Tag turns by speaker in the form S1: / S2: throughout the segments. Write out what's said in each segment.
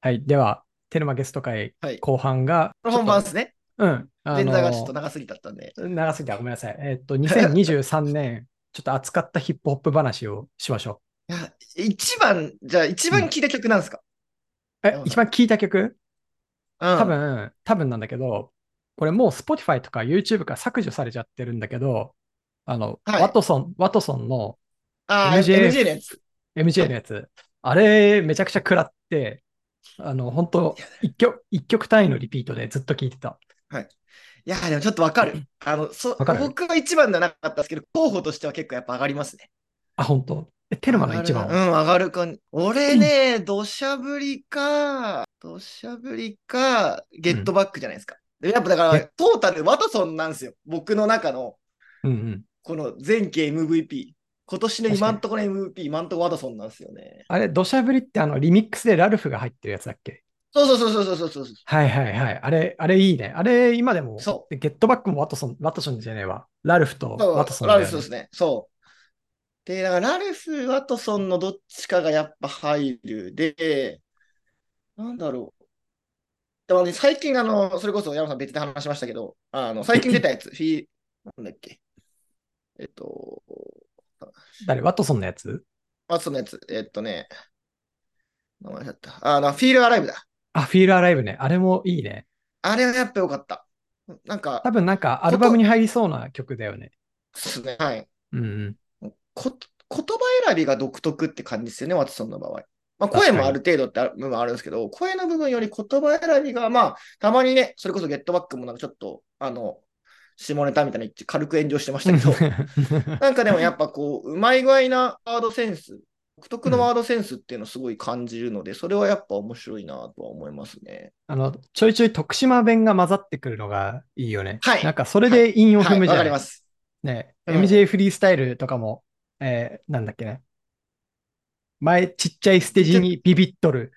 S1: はい。では、テルマゲスト会
S2: はい
S1: 後半が、
S2: この本番ですね。
S1: うん。あ
S2: 前
S1: の
S2: 座がちょっと長すぎだったんで。
S1: 長すぎた。ごめんなさい。えっと、2023年、 ちょっと扱ったヒップホップ話をしましょ
S2: いや、一番、じゃあ一番聴いた曲なんですか、
S1: う。
S2: う
S1: え
S2: ん、
S1: 一番聞いた曲
S2: うん、
S1: 多。分、多分なんだけど、これもう Spotify とか YouTube から削除されちゃってるんだけど、あの、
S2: はい
S1: ワトソン、ワトソンの
S2: ああ、
S1: MJ
S2: MJ のやつ。
S1: MJ のやつ、あれ、めちゃくちゃ食らって、あの、本当一曲、一曲単位のリピートでずっと聞いてた。
S2: いや、でもちょっとわかる。あの、そ
S1: わかる
S2: 僕は一番ではなかったんですけど、候補としては結構やっぱ上がりますね。
S1: あ、本当えテルマの一番
S2: 上が
S1: は。
S2: るなうん、上がるか。俺ね、土砂降りか、土砂降りか、ゲットバックじゃないですか。でやっぱだから、
S1: え
S2: トータルワトソンなんですよ。僕の中の、
S1: うんうん。
S2: この前期 MVP。今年の今んところの MVP、今んとこワトソンなんですよね。
S1: あれ、土砂降りってあの、リミックスでラルフが入ってるやつだっけ
S2: そうそうそうそうそうそうそう。
S1: はいはいはい。あれ、あれいいね。あれ、今でも、
S2: そ
S1: でゲットバックもワトソン、ワトソンじゃねえわ。ラルフと
S2: そう
S1: ワトソンだ
S2: ラ
S1: よね、
S2: ルフそうですね。そう。で、だからラルフ、ワトソンのどっちかがやっぱ入る。で、なんだろう。でもね、最近、あの、それこそ山さん別で話しましたけど、あの、最近出たやつ、フィー、なんだっけ。えっと、
S1: 誰ワトソンのやつ
S2: ワトソンのやつ、えっとね、名前だった。あの、フィールアライブだ。
S1: あ、フィールアライブね。あれもいいね。
S2: あれはやっぱよかった。なんか
S1: 多、分なんかアルバムに入りそうな曲だよね。
S2: そうですね、はい。
S1: うんうん。
S2: こ言葉選びが独特って感じですよね、ワトソンの場合。まあ、声もある程度ってある部分はあるんですけど、声の部分より言葉選びが、まあ、たまにね、それこそゲットバックもなんかちょっと、あの、下ネタみたいな軽く炎上してましたけど、 なんかでもやっぱこう、うまい具合なワードセンス、独特のワードセンスっていうのをすごい感じるので、それはやっぱ面白いなとは思いますね。
S1: あの、ちょいちょい徳島弁が混ざってくるのがいいよね。
S2: はい
S1: なんかそれで韻を
S2: は
S1: 踏
S2: い、
S1: むじ
S2: わ
S1: ゃ
S2: か
S1: な
S2: り
S1: い、
S2: ます。
S1: ね、
S2: うん
S1: MJ フリースタイルとかも、えーなんだっけね。前、ちっちゃいステージにビビっとる。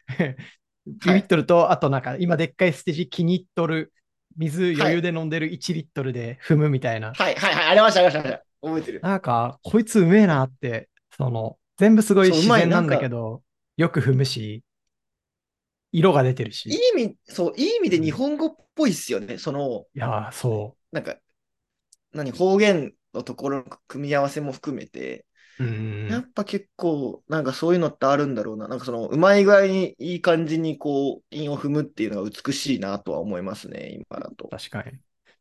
S1: ビビっとると、あとなんか今でっかいステージ気に入っとる。水余裕で飲んでる1リットルで踏むみたいな。
S2: はい、はい、はい、ありました、ありましたありました。覚えてる。
S1: なんか、こいつうめえなって、その、全部すごい
S2: そうう
S1: 自
S2: まい
S1: 然なんだ
S2: なんか
S1: けど、よく踏むし、色が出てるし。
S2: いい
S1: い
S2: 意味、そう、いい意味で日本語っぽいっすよね、その、
S1: やー、そ
S2: なんか、何、方言のところの組み合わせも含めて、
S1: う。うん
S2: やっぱ結構、なんかそういうのってあるんだろうな。なんかその、うまい具合にいい感じにこう、韻を踏むっていうのが美しいなとは思いますね、今だと。
S1: 確かに。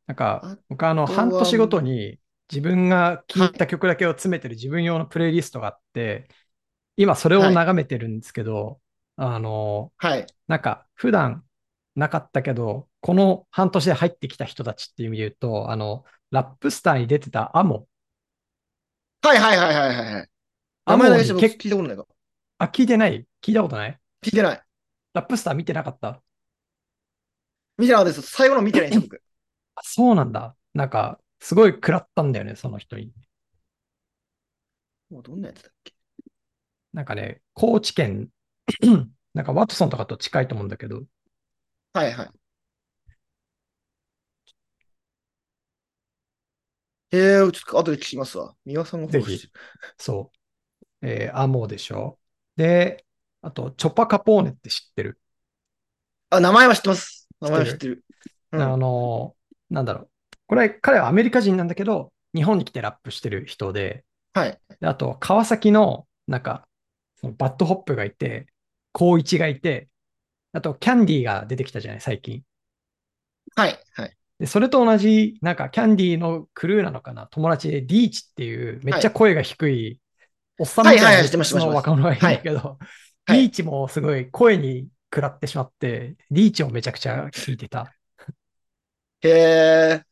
S1: なんか
S2: あ、
S1: 僕あの、
S2: とは
S1: 半年ごとに自分が聴いた曲だけを詰めてる自分用のプレイリストがあって、今それを眺めてるんですけど、あの、
S2: はい。
S1: なんか、普段なかったけど、この半年で入ってきた人たちっていう意味で言うと、あの、ラップスターに出てたアモ。
S2: はいはいはいはいはいはい。
S1: ア
S2: 名
S1: モ
S2: 前だ
S1: に
S2: けして僕
S1: 結
S2: 聞いたことないか。
S1: あ、聞いてない聞いたことない
S2: 聞いてない。
S1: ラップスター見てなかった
S2: 見てなかったです。最後の見てないんですよ、僕。
S1: あそうなんだ。なんか、すごい食らったんだよね、その人に。
S2: もうどんなやつだっけ
S1: なんかね、高知県、 なんかワトソンとかと近いと思うんだけど、
S2: はいはい。えー、ちょっと後で聞きますわ。三輪さんがフォローしてる。
S1: そう。えーアモーでしょ。で、あと、チョパカポーネって知ってる。
S2: あ、名前は知ってます。名前は知ってる。うん
S1: あのーなんだろう。これ、彼はアメリカ人なんだけど、日本に来てラップしてる人で、
S2: はい。
S1: であと、川崎の、なんか、そのバッドホップがいて、高一がいて、あと、キャンディーが出てきたじゃない、最近。
S2: はい。はい。
S1: で、それと同じ、なんか、キャンディーのクルーなのかな、友達で、リーチっていう、めっちゃ声が低い、おっさんみ
S2: はい
S1: た
S2: はいい
S1: な
S2: 知ってます知ってます
S1: の若者がいるんだけど、
S2: はい
S1: リーチもすごい声に食らってしまって、リーチをめちゃくちゃ聞いてた。
S2: へえ。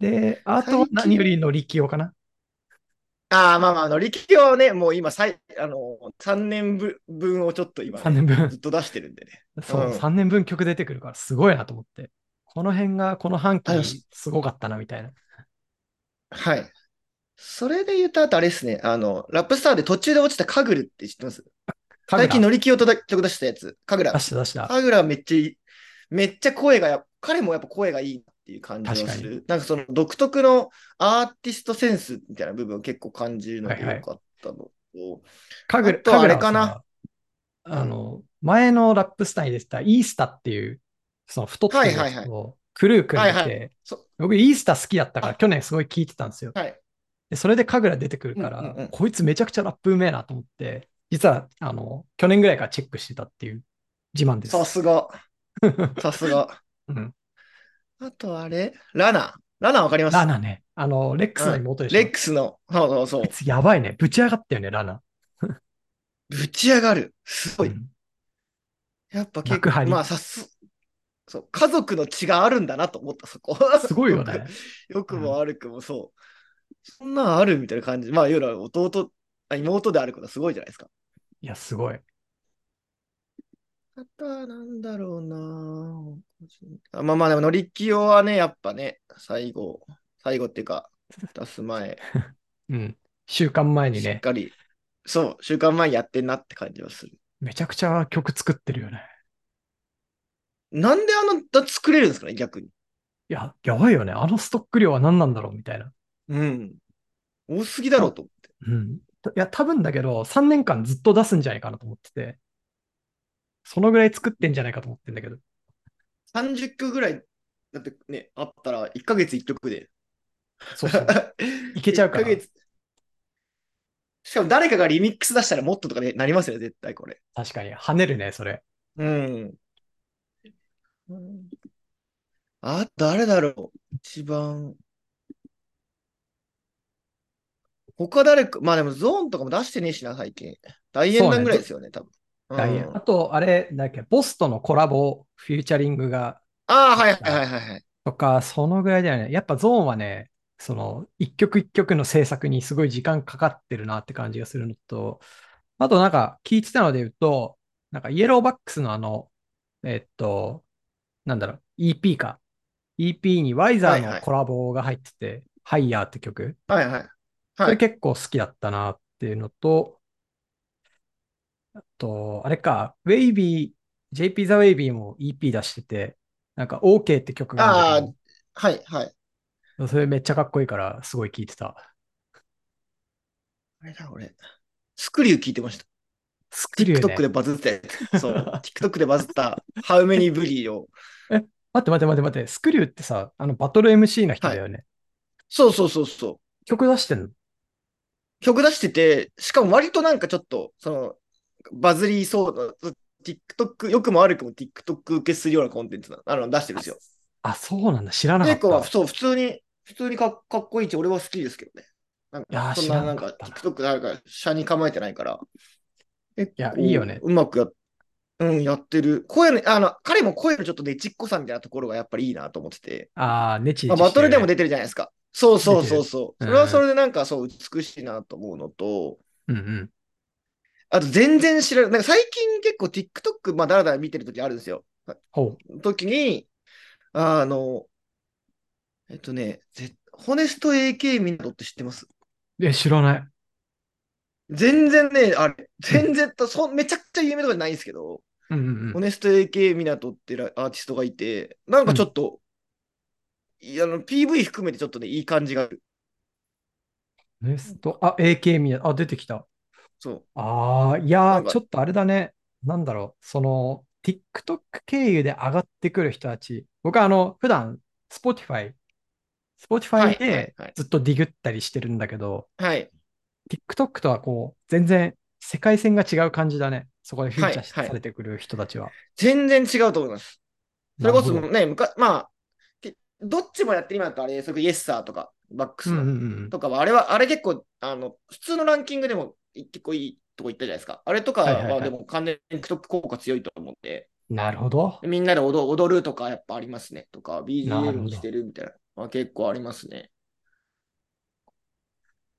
S1: で、あと
S2: 最、近
S1: 何よりの力量かな。
S2: ああ、まあまあ、あの、力量はね、もう今、最、あの、3年ぶ分をちょっと今ね、
S1: 3年
S2: ずっ
S1: 分。
S2: と出してるんでね。
S1: そう、
S2: うん
S1: 3年分曲出てくるから、すごいなと思って。この辺が、この半
S2: あよ
S1: 期
S2: し、
S1: すごかったな、みたいな。
S2: はい。それで言うと、あとあれですね、あの、ラップスターで途中で落ちたカグルって知ってます最近、
S1: の
S2: 乗り気をとだ曲出したやつ。カグラ
S1: 出。した出した。
S2: カグラめっちゃいい、めっちゃ声がや、彼もやっぱ声がいいっていう感じが
S1: 確
S2: す
S1: か
S2: る。なんかその独特のアーティストセンスみたいな部分を結構感じるのが
S1: はいはい
S2: 良かったのと、
S1: かぐ
S2: あとあ
S1: かぐ
S2: れ
S1: らはさ
S2: かな
S1: あの、前のラップスタイルでした、イースタっていう、その太ってる
S2: はいは
S1: や
S2: い
S1: つをクルー組んでて、
S2: はいはそ
S1: 僕イースタ好きだったから、
S2: あ
S1: 去年すごい聞いてたんですよ。
S2: はい。
S1: で、それで神楽出てくるから、
S2: うんうんうん
S1: こいつめちゃくちゃラップうめえなと思って、実は、あの、去年ぐらいからチェックしてたっていう自慢です。
S2: さ すが。さすが。
S1: うん、
S2: あとあれラナ。ラナわかります
S1: ラナね、あの、レックスの妹でしょ。
S2: レックスの。そうそうそう
S1: あい。つやばいね。ぶち上がったよね、ラナ。
S2: ぶち上がる。すごい。
S1: うん
S2: やっぱ結
S1: 幕張
S2: 構、まあさす、そう、家族の血があるんだなと思った、そこ。
S1: すごいよね。
S2: よくも悪くもそう。そんなんあるみたいな感じ。まあ、いわゆる弟、あ妹であることはすごいじゃないですか。
S1: いや、すごい。
S2: あとはなんだろうなあまあまあ、でも、乗り気はね、やっぱね、最後、最後っていうか、出す 前、
S1: うん。週間前に
S2: しっ
S1: ね、
S2: かり、そう、週間前やってんなって感じはする。
S1: めちゃくちゃ曲作ってるよね。
S2: なんであの、だ作れるんですかね、逆に。
S1: いや、やばいよね。あのストック量は何なんだろうみたいな。
S2: うん。多すぎだろうと思って。
S1: うん。いや、多分だけど、3年間ずっと出すんじゃないかなと思ってて、そのぐらい作ってんじゃないかと思ってんだけど。
S2: 30曲ぐらい、だってね、あったら、1ヶ月1曲で。
S1: そうそう。 いけちゃうか
S2: 1
S1: ら
S2: ヶ。月しかも誰かがリミックス出したらもっととかねなりますよね、絶対これ。
S1: 確かに。跳ねるね、それ。
S2: うん。あ、誰だろう一番。他誰か、まあでもゾーンとかも出してねえしな、最近。大演談ぐらいですよね、多分。うん
S1: ダイエンあと、あれ、なんだっけ、ボスとのコラボ、フューチャリングが、
S2: ああ、はいはいはいはいはい。
S1: とか、そのぐらいだよね。やっぱゾーンはね、その、一曲一曲の制作にすごい時間かかってるなって感じがするのと、あとなんか、聞いてたので言うと、なんか、イエローバックスのあの、えっと、なんだろう、EP か。EP にワイザーのコラボが入ってて、ハイヤーって曲。
S2: はいはい。
S1: そ
S2: は
S1: れ
S2: い。
S1: 結構好きだったなっていうのと、あと、あれか、ウェイビー、JP ザ・ウェイビーも EP 出してて、なんか OK って曲があるんだ
S2: はいはい。
S1: けど、それめっちゃかっこいいから、すごい聴いてた。
S2: あれだ、俺。スクリュー聞いてました。
S1: スクリュー、ね。
S2: TikTok でバズったやつ。そう。TikTok でバズった、How many bully を。
S1: 待って待って待って待って、スクリューってさ、あのバトル MC の人だよね。
S2: そうそうそうそう。
S1: 曲出してんの
S2: 曲出してて、しかも割となんかちょっと、その、バズりそうな、TikTok、良くも悪くも TikTok 受けするようなコンテンツなあの出してるんですよ。
S1: あ、そうなんだ。知らなかっ
S2: 結
S1: た。
S2: 構は、そう、普通に、普通にかっかっこいいし、俺は好きですけどね。なん
S1: いやー
S2: か、そん
S1: 知ら
S2: な、な
S1: なんかっ
S2: か
S1: たな
S2: TikTok なんか、社に構えてないから。い
S1: やいいよね
S2: うまくやっ、うん、やってる。声の、あの、彼も声のちょっとねちっこさみたいなところがやっぱりいいなと思ってて。
S1: ああ、ネチ
S2: ま
S1: ネ
S2: あ、
S1: チ
S2: バトルでも
S1: 出
S2: 出てるじゃないですか。そうそうそうそう。
S1: 出てるうん
S2: それはそれでなんかそう美しいなと思うのと、
S1: うんうん。
S2: あと全然知らない。なんか最近結構 TikTok、まあ、だらだら見てる時あるんですよ。
S1: ほう。
S2: 時に、あの、えっとね、ぜホネスト AK ミナトって知ってます
S1: え、知らない。
S2: 全然ね、あれ、全然と、そんめちゃくちゃ有名とかじゃないんですけど、
S1: うんうんう
S2: ホ
S1: ん。
S2: ネスト AK ミナトってらアーティストがいて、なんかちょっと、いやあの PV 含めてちょっとね、いい感じがある。
S1: ネスト、あ、AK みあ、出てきた。
S2: そう。
S1: ああ、い
S2: な
S1: や
S2: ん
S1: ー、
S2: か
S1: ちょっとあれだね。なんだろう。その、TikTok 経由で上がってくる人たち。僕は、あの、普段、Spotify、Spotify
S2: はいはい
S1: で
S2: はい
S1: ずっとディグったりしてるんだけど、
S2: はい。
S1: TikTok とはこう、全然世界線が違う感じだね。そこでフィーチャーし
S2: はいはい
S1: されてくる人たちは。
S2: 全然違うと思います。それこそ
S1: なるほど
S2: ね、昔、まあ、てどっちもやって今だとあれ、それこそイエスサーとか、バックス
S1: うん
S2: の
S1: うんうん。
S2: とかは、あれは、あれ結構、あの、普通のランキングでもい結構いいとこ行ったじゃないですか。あれとか
S1: はいはいはい
S2: はでも完全に TikTok 効果強いと思って、
S1: なるほど。
S2: みんなで踊踊るとかやっぱありますね。とか、
S1: なるほど
S2: BGM にしてるみたいな、まあ、結構ありますね。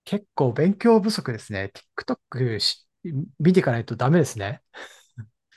S1: 結構勉強不足ですね。TikTok し見ていかないとダメですね。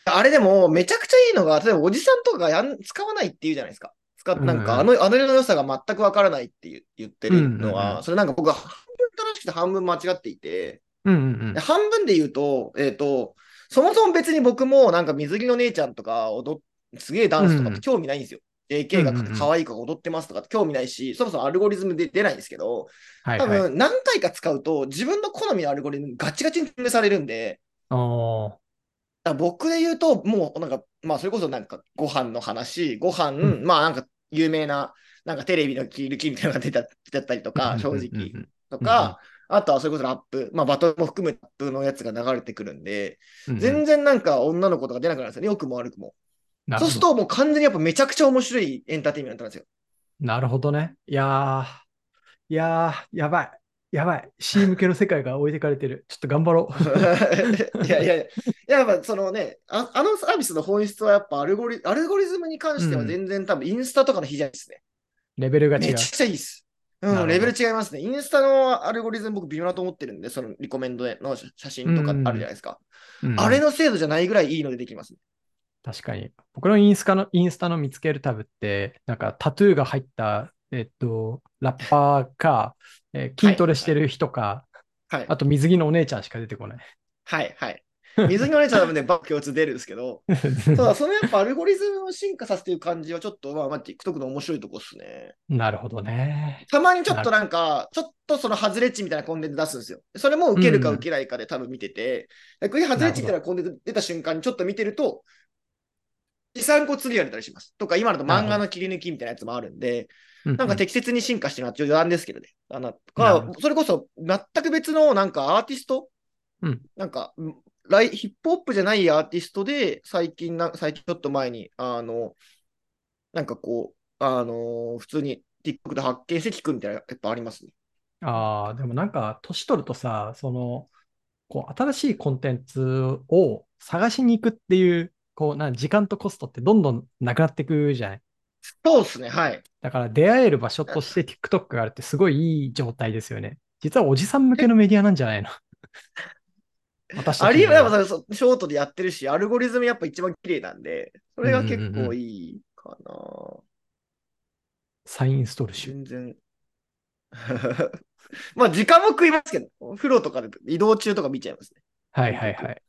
S2: あれでも、めちゃくちゃいいのが、例えばおじさんとかがやん使わないって言うじゃないですか。使っなんか、
S1: う
S2: あ
S1: んう
S2: の、あの世の良さが全くわからないって言う言ってるの
S1: うんうんう
S2: は、
S1: ん
S2: それなんか僕は半分正しくて半分間違っていて、
S1: うんうん
S2: で半分で言うと、えっ、と、そもそも別に僕もなんか水着の姉ちゃんとか踊っ、すげえダンスとかって興味ないんですよ。JK が
S1: うんうんうん
S2: 可愛い子が踊ってますとかって興味ないし、そもそもアルゴリズムで出ないんですけど、
S1: はい
S2: 多
S1: はい。
S2: 分何回か使うと自分の好みのアルゴリズムガチガチに説明されるんで、
S1: おー
S2: だから僕で言うと、もうなんか、まあ、それこそなんか、ご飯の話、ご飯、
S1: ん
S2: まあ、なんか、有名な、なんかテレビの切り抜きみたいなのが出た出たりとか、正
S1: うんうん
S2: 直
S1: うんうん
S2: とか、あとはそれこそラップ、まあ、バトルも含むラップのやつが流れてくるんで、
S1: うんうん
S2: 全然なんか女の子とか出なくなるんですよね、良くも悪くも。
S1: なる
S2: そう
S1: ほ
S2: する
S1: ど。
S2: と、もう完全にやっぱめちゃくちゃ面白いエンターテインメントなんですよ。
S1: なるほどね。いやー、いやー、やばい。やばい。C 向けの世界が置いてかれてる。ちょっと頑張ろう。
S2: いやいやいや、やっぱそのねあ、あのサービスの本質はやっぱアルゴリアルゴリズムに関しては全然多分インスタとかの比じゃないですね。
S1: レベルが違
S2: め
S1: う。
S2: ちゃくちゃいいです。
S1: なる
S2: う
S1: ほ
S2: ん、
S1: ど
S2: レベル違いますね。インスタのアルゴリズム僕微妙だと思ってるんで、そのリコメンドの写写真とかあるじゃないですか。
S1: うん
S2: あれの精度じゃないぐらいいいのでできます。
S1: 確かに。僕のインスタの、インスタの見つけるタブって、なんかタトゥーが入った、えっと、ラッパーか、えー筋トレしてる人か、
S2: はい。
S1: あと水着のお姉ちゃんしか出てこない。
S2: はい。はい。水着の姉ちゃんは多分ね、バック共通出るんですけど、 ただそのやっぱアルゴリズムを進化させてる感じはちょっと、まあ、まあ、TikTok の面白いとこっすね。
S1: なるほどね。
S2: たまにちょっとなんか、ちょっとその外れ値みたいなコンテンツ出すんですよ。それも受けるか受けないかで多分見てて、逆に外れ値みたいなコンテンツ出た瞬間にちょっと見てると、2、3個釣り上げたりします。とか、今だと漫画の切り抜きみたいなやつもあるんで、
S1: な
S2: なんか適切に進化してるのは余談ですけどね。あの
S1: なるほ
S2: かそれこそ全く別のなんかアーティスト、
S1: うん
S2: なんかライヒップホップじゃないアーティストで、最近な、最近ちょっと前に、あの、なんかこう、あの普通に TikTok で発見して聞くみたいな、やっぱありますね。
S1: ああ、でもなんか、年取るとさ、その、こう、新しいコンテンツを探しに行くっていう、こう、なん時間とコストってどんどんなくなっていくじゃない。
S2: そうですね、はい。
S1: だから、出会える場所として TikTok があるってすごいいい状態ですよね。実はおじさん向けのメディアなんじゃないの 私た
S2: あ
S1: ち
S2: り
S1: の
S2: やっぱそうショートでやってるし、アルゴリズムやっぱ一番綺麗なんで、それが結構いいかな。
S1: サインインストール集。
S2: 全然。 まあ、時間も食いますけど、お風呂とかで移動中とか見ちゃいますね。
S1: はいはいはい。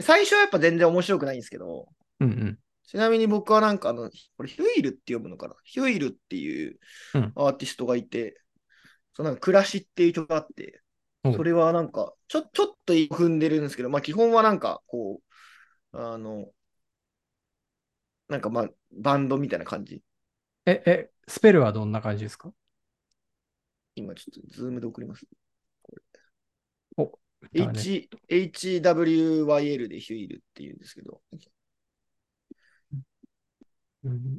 S2: 最初はやっぱ全然面白くないんですけど、
S1: うんうん。
S2: ちなみに僕はなんかあの、これヒュイルって読むのかなヒュイルっていう
S1: うん
S2: アーティストがいて、そのなんか暮らしっていう曲があって
S1: う、ん
S2: それはなんか、ちょ、ちょっと踏んでるんですけど、まあ基本はなんかこう、あの、なんかまあバンドみたいな感じ。
S1: え、え、スペルはどんな感じですか
S2: 今ちょっとズームで送ります。
S1: 歌はね
S2: H、HWYL でヒュイルっていうんですけど、
S1: うん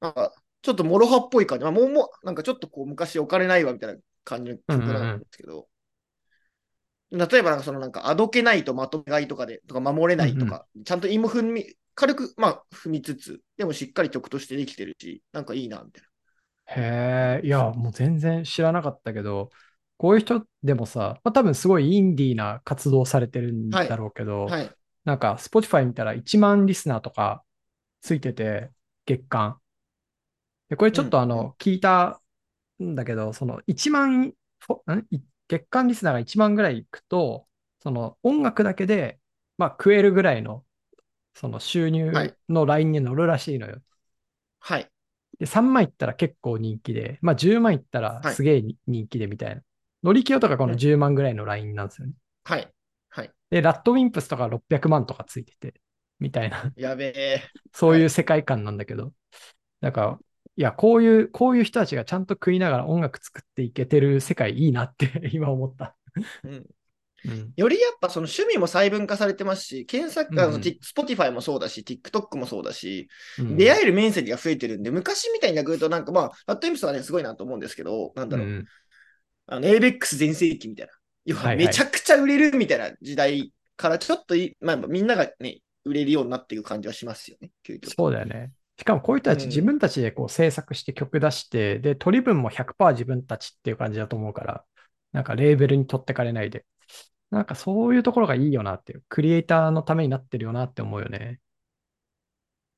S2: なんかちょっとモロハっぽい感じ、まあ、もうもうなんかちょっとこう昔お金ないわみたいな感じの曲なんですけど、例えばなんかそのなんかあどけないとまとめ買いとかで、とか守れないとか、ちゃんと韻も踏み、軽く、まあ、踏みつつ、でもしっかり曲としてできてるし、なんかいいな、みたい
S1: へえ、いや、もう全然知らなかったけど、こういう人でもさ、まあ、多分すごいインディーな活動をされてるん
S2: はい
S1: だろうけど、
S2: な。はい。
S1: なんか Spotify 見たら1万リスナーとかついてて、月間。で、これちょっとあ
S2: うんうん
S1: の、聞いたんだけど、その1万フォ、んい月間リスナーが1万ぐらいいくと、その音楽だけで、まあ、食えるぐらいの、その収入
S2: はい
S1: のラインに乗るらしいのよ。
S2: はい。
S1: で、3万いったら結構人気で、まあ10万いったら
S2: はい
S1: すげえに人気でみたいな。乗り気よとかこ
S2: う
S1: の
S2: ん
S1: 10万ぐらいのラインなんですよね。
S2: はい。はい。
S1: で、ラッドウィンプスとか600万とかついてて、みたいな、
S2: やべえ。
S1: そういう世界観なんだけど。だから、いや、こういう、こういう人たちがちゃんと食いながら音楽作っていけてる世界いいなって 今思った。
S2: うん
S1: うん。
S2: よりやっぱその趣味も細分化されてますし、検索、あ
S1: うんう
S2: の、
S1: ん
S2: Tik- Spotify もそうだし、TikTok もそうだし、
S1: うん
S2: 出会える面積が増えてるんで、昔みたいに逆に言うと、なんかまあ、ラットインプスはね、すごいなと思うんですけど、なんだろう、
S1: うん
S2: あの、ABEX 全盛期みたいな、要
S1: は
S2: はい
S1: はい
S2: めちゃくちゃ売れるみたいな時代から、ちょっとい、まあ、みんながね、売れるようになっていく感じはしますよね、究極。
S1: そうだよね。しかもこういう人たち
S2: うん
S1: 自分たちでこう制作して曲出して、で、取り分も100%自分たちっていう感じだと思うから、なんかレーベルに取ってかれないで、なんかそういうところがいいよなっていう、クリエイターのためになってるよなって思うよね。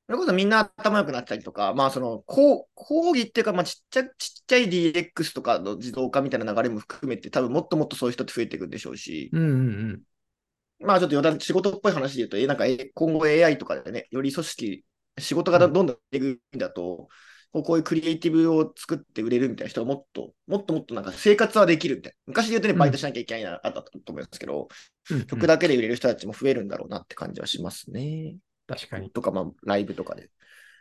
S2: それこそみんな頭良くなったりとか、まあその、こう講義っていうか、まあちっちゃ、ちっちゃい DX とかの自動化みたいな流れも含めて、多分もっともっとそういう人って増えていくんでしょうし、
S1: うんうん
S2: まあちょっと余談、仕事っぽい話で言うと、えなんかえ今後 AI とかでね、より組織、仕事がどんどん出ていくんだと、こうこういうクリエイティブを作って売れるみたいな人がもっと、もっともっとなんか生活はできるみたいな。昔で言うとね、
S1: うん
S2: バイトしなきゃいけないな、あったと思うんですけど、
S1: うん
S2: 曲だけで売れる人たちも増えるんだろうなって感じはしますね。
S1: 確かに。
S2: とか、まあ、ライブとかで。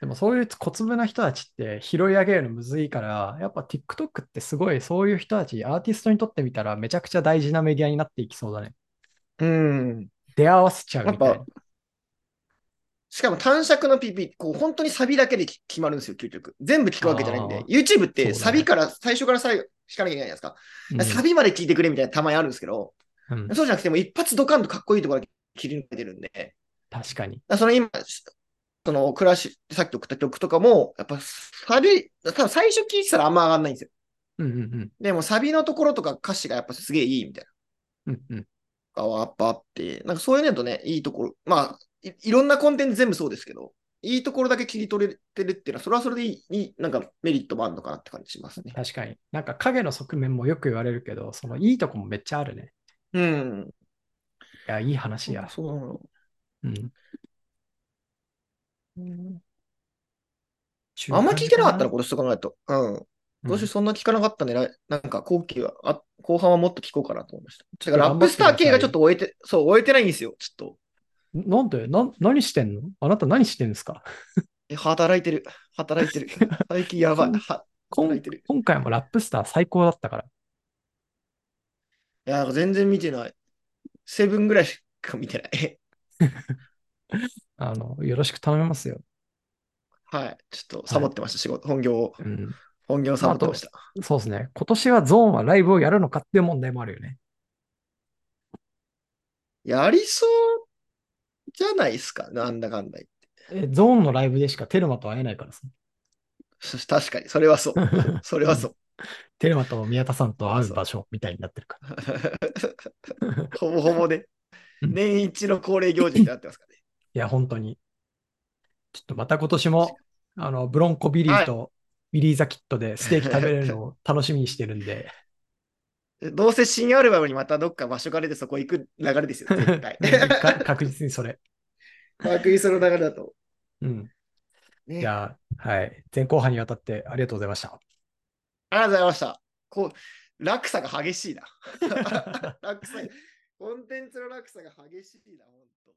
S1: でもそういう小粒な人たちって拾い上げるのむずいから、やっぱ TikTok ってすごいそういう人たち、アーティストにとってみたらめちゃくちゃ大事なメディアになっていきそうだね。
S2: うん。
S1: 出会わせちゃうみたい
S2: やっしかも短尺の PP、こう本当にサビだけでき決まるんですよ、究極。全部聞くわけじゃないん
S1: あ
S2: で
S1: ー。
S2: YouTube っ
S1: そうだね
S2: てサビから、最初から最後聞かなきゃいけないじゃないですか。
S1: な。
S2: サビまで聞いてくれみたいなたまにあるんですけど、
S1: うんうん
S2: そうじゃなくてもう一発ドカンとかっこいいところだけ切り抜けてるんで、だか
S1: 確かに。
S2: らその今、そのクラシック、さっき送った曲とかも、やっぱサビ、多分最初聞いてたらあんま上がんないんですよ。
S1: うんうんうん
S2: でもサビのところとか歌詞がやっぱすげえいいみたいな。
S1: うんうん。
S2: かはやっぱあって、なんかそういうのとね、いいところ、まあい、いろんなコンテンツ全部そうですけど、いいところだけ切り取れてるっていうのは、それはそれでいい、いいなんかメリットもあるのかなって感じしますね。
S1: 確かに。なんか影の側面もよく言われるけど、そのいいとこもめっちゃあるね。
S2: うん。
S1: いや、いい話や。
S2: そうなの。
S1: うん。
S2: あんま聞いてなかったの、
S1: こ
S2: 今年と考えると。うん。今
S1: どう
S2: 年
S1: し
S2: そんな聞かなかったんで、来なんか後期はあ、後半はもっと聞こうかなと思いました。
S1: ょっと
S2: だからラップスター系がちょっと終えて、そう、終えてないんですよ、ちょっと。
S1: なんでな何してんのあなた何してんですか
S2: え、働いてる。働い てる。最近やばい。は
S1: こん
S2: 働いてる
S1: 今回もラップスター最高だったから。
S2: いや、なんか全然見てない。セブンぐらいしか見てない。
S1: あの、よろしく頼みますよ。
S2: はい。ちょっとサボってました、仕事、本業を。
S1: うん。
S2: 本業をサボってました。
S1: そうですね。今年はゾーンはライブをやるのかっていう問題もあるよね。
S2: やりそうじゃないですか、なんだかんだ言って。
S1: えゾーンのライブでしかテルマと会えないからさ。
S2: そ 確かに、それはそう。それは そう。
S1: テルマと宮田さんと会う場所みたいになってるから。
S2: ほぼほぼ で、
S1: うん
S2: 年一の恒例行事になってますからね。
S1: いや、本当に。ちょっとまた今年も、あの、ブロンコビリーとビリーザキットでステーキ食べれるの を楽しみにしてるんで、。
S2: どうせ新アルバムにまたどっか場所借りてそこ行く流れですよ、絶 対
S1: か確実にそれ。
S2: 確実の流れだと。
S1: うん。じ
S2: ね、ありが
S1: ゃあ、はい。前後半にわたってありがとうございました。
S2: とうございました。こう、落差 が激しいな。落差、コンテンツの落差が激しいな、本当。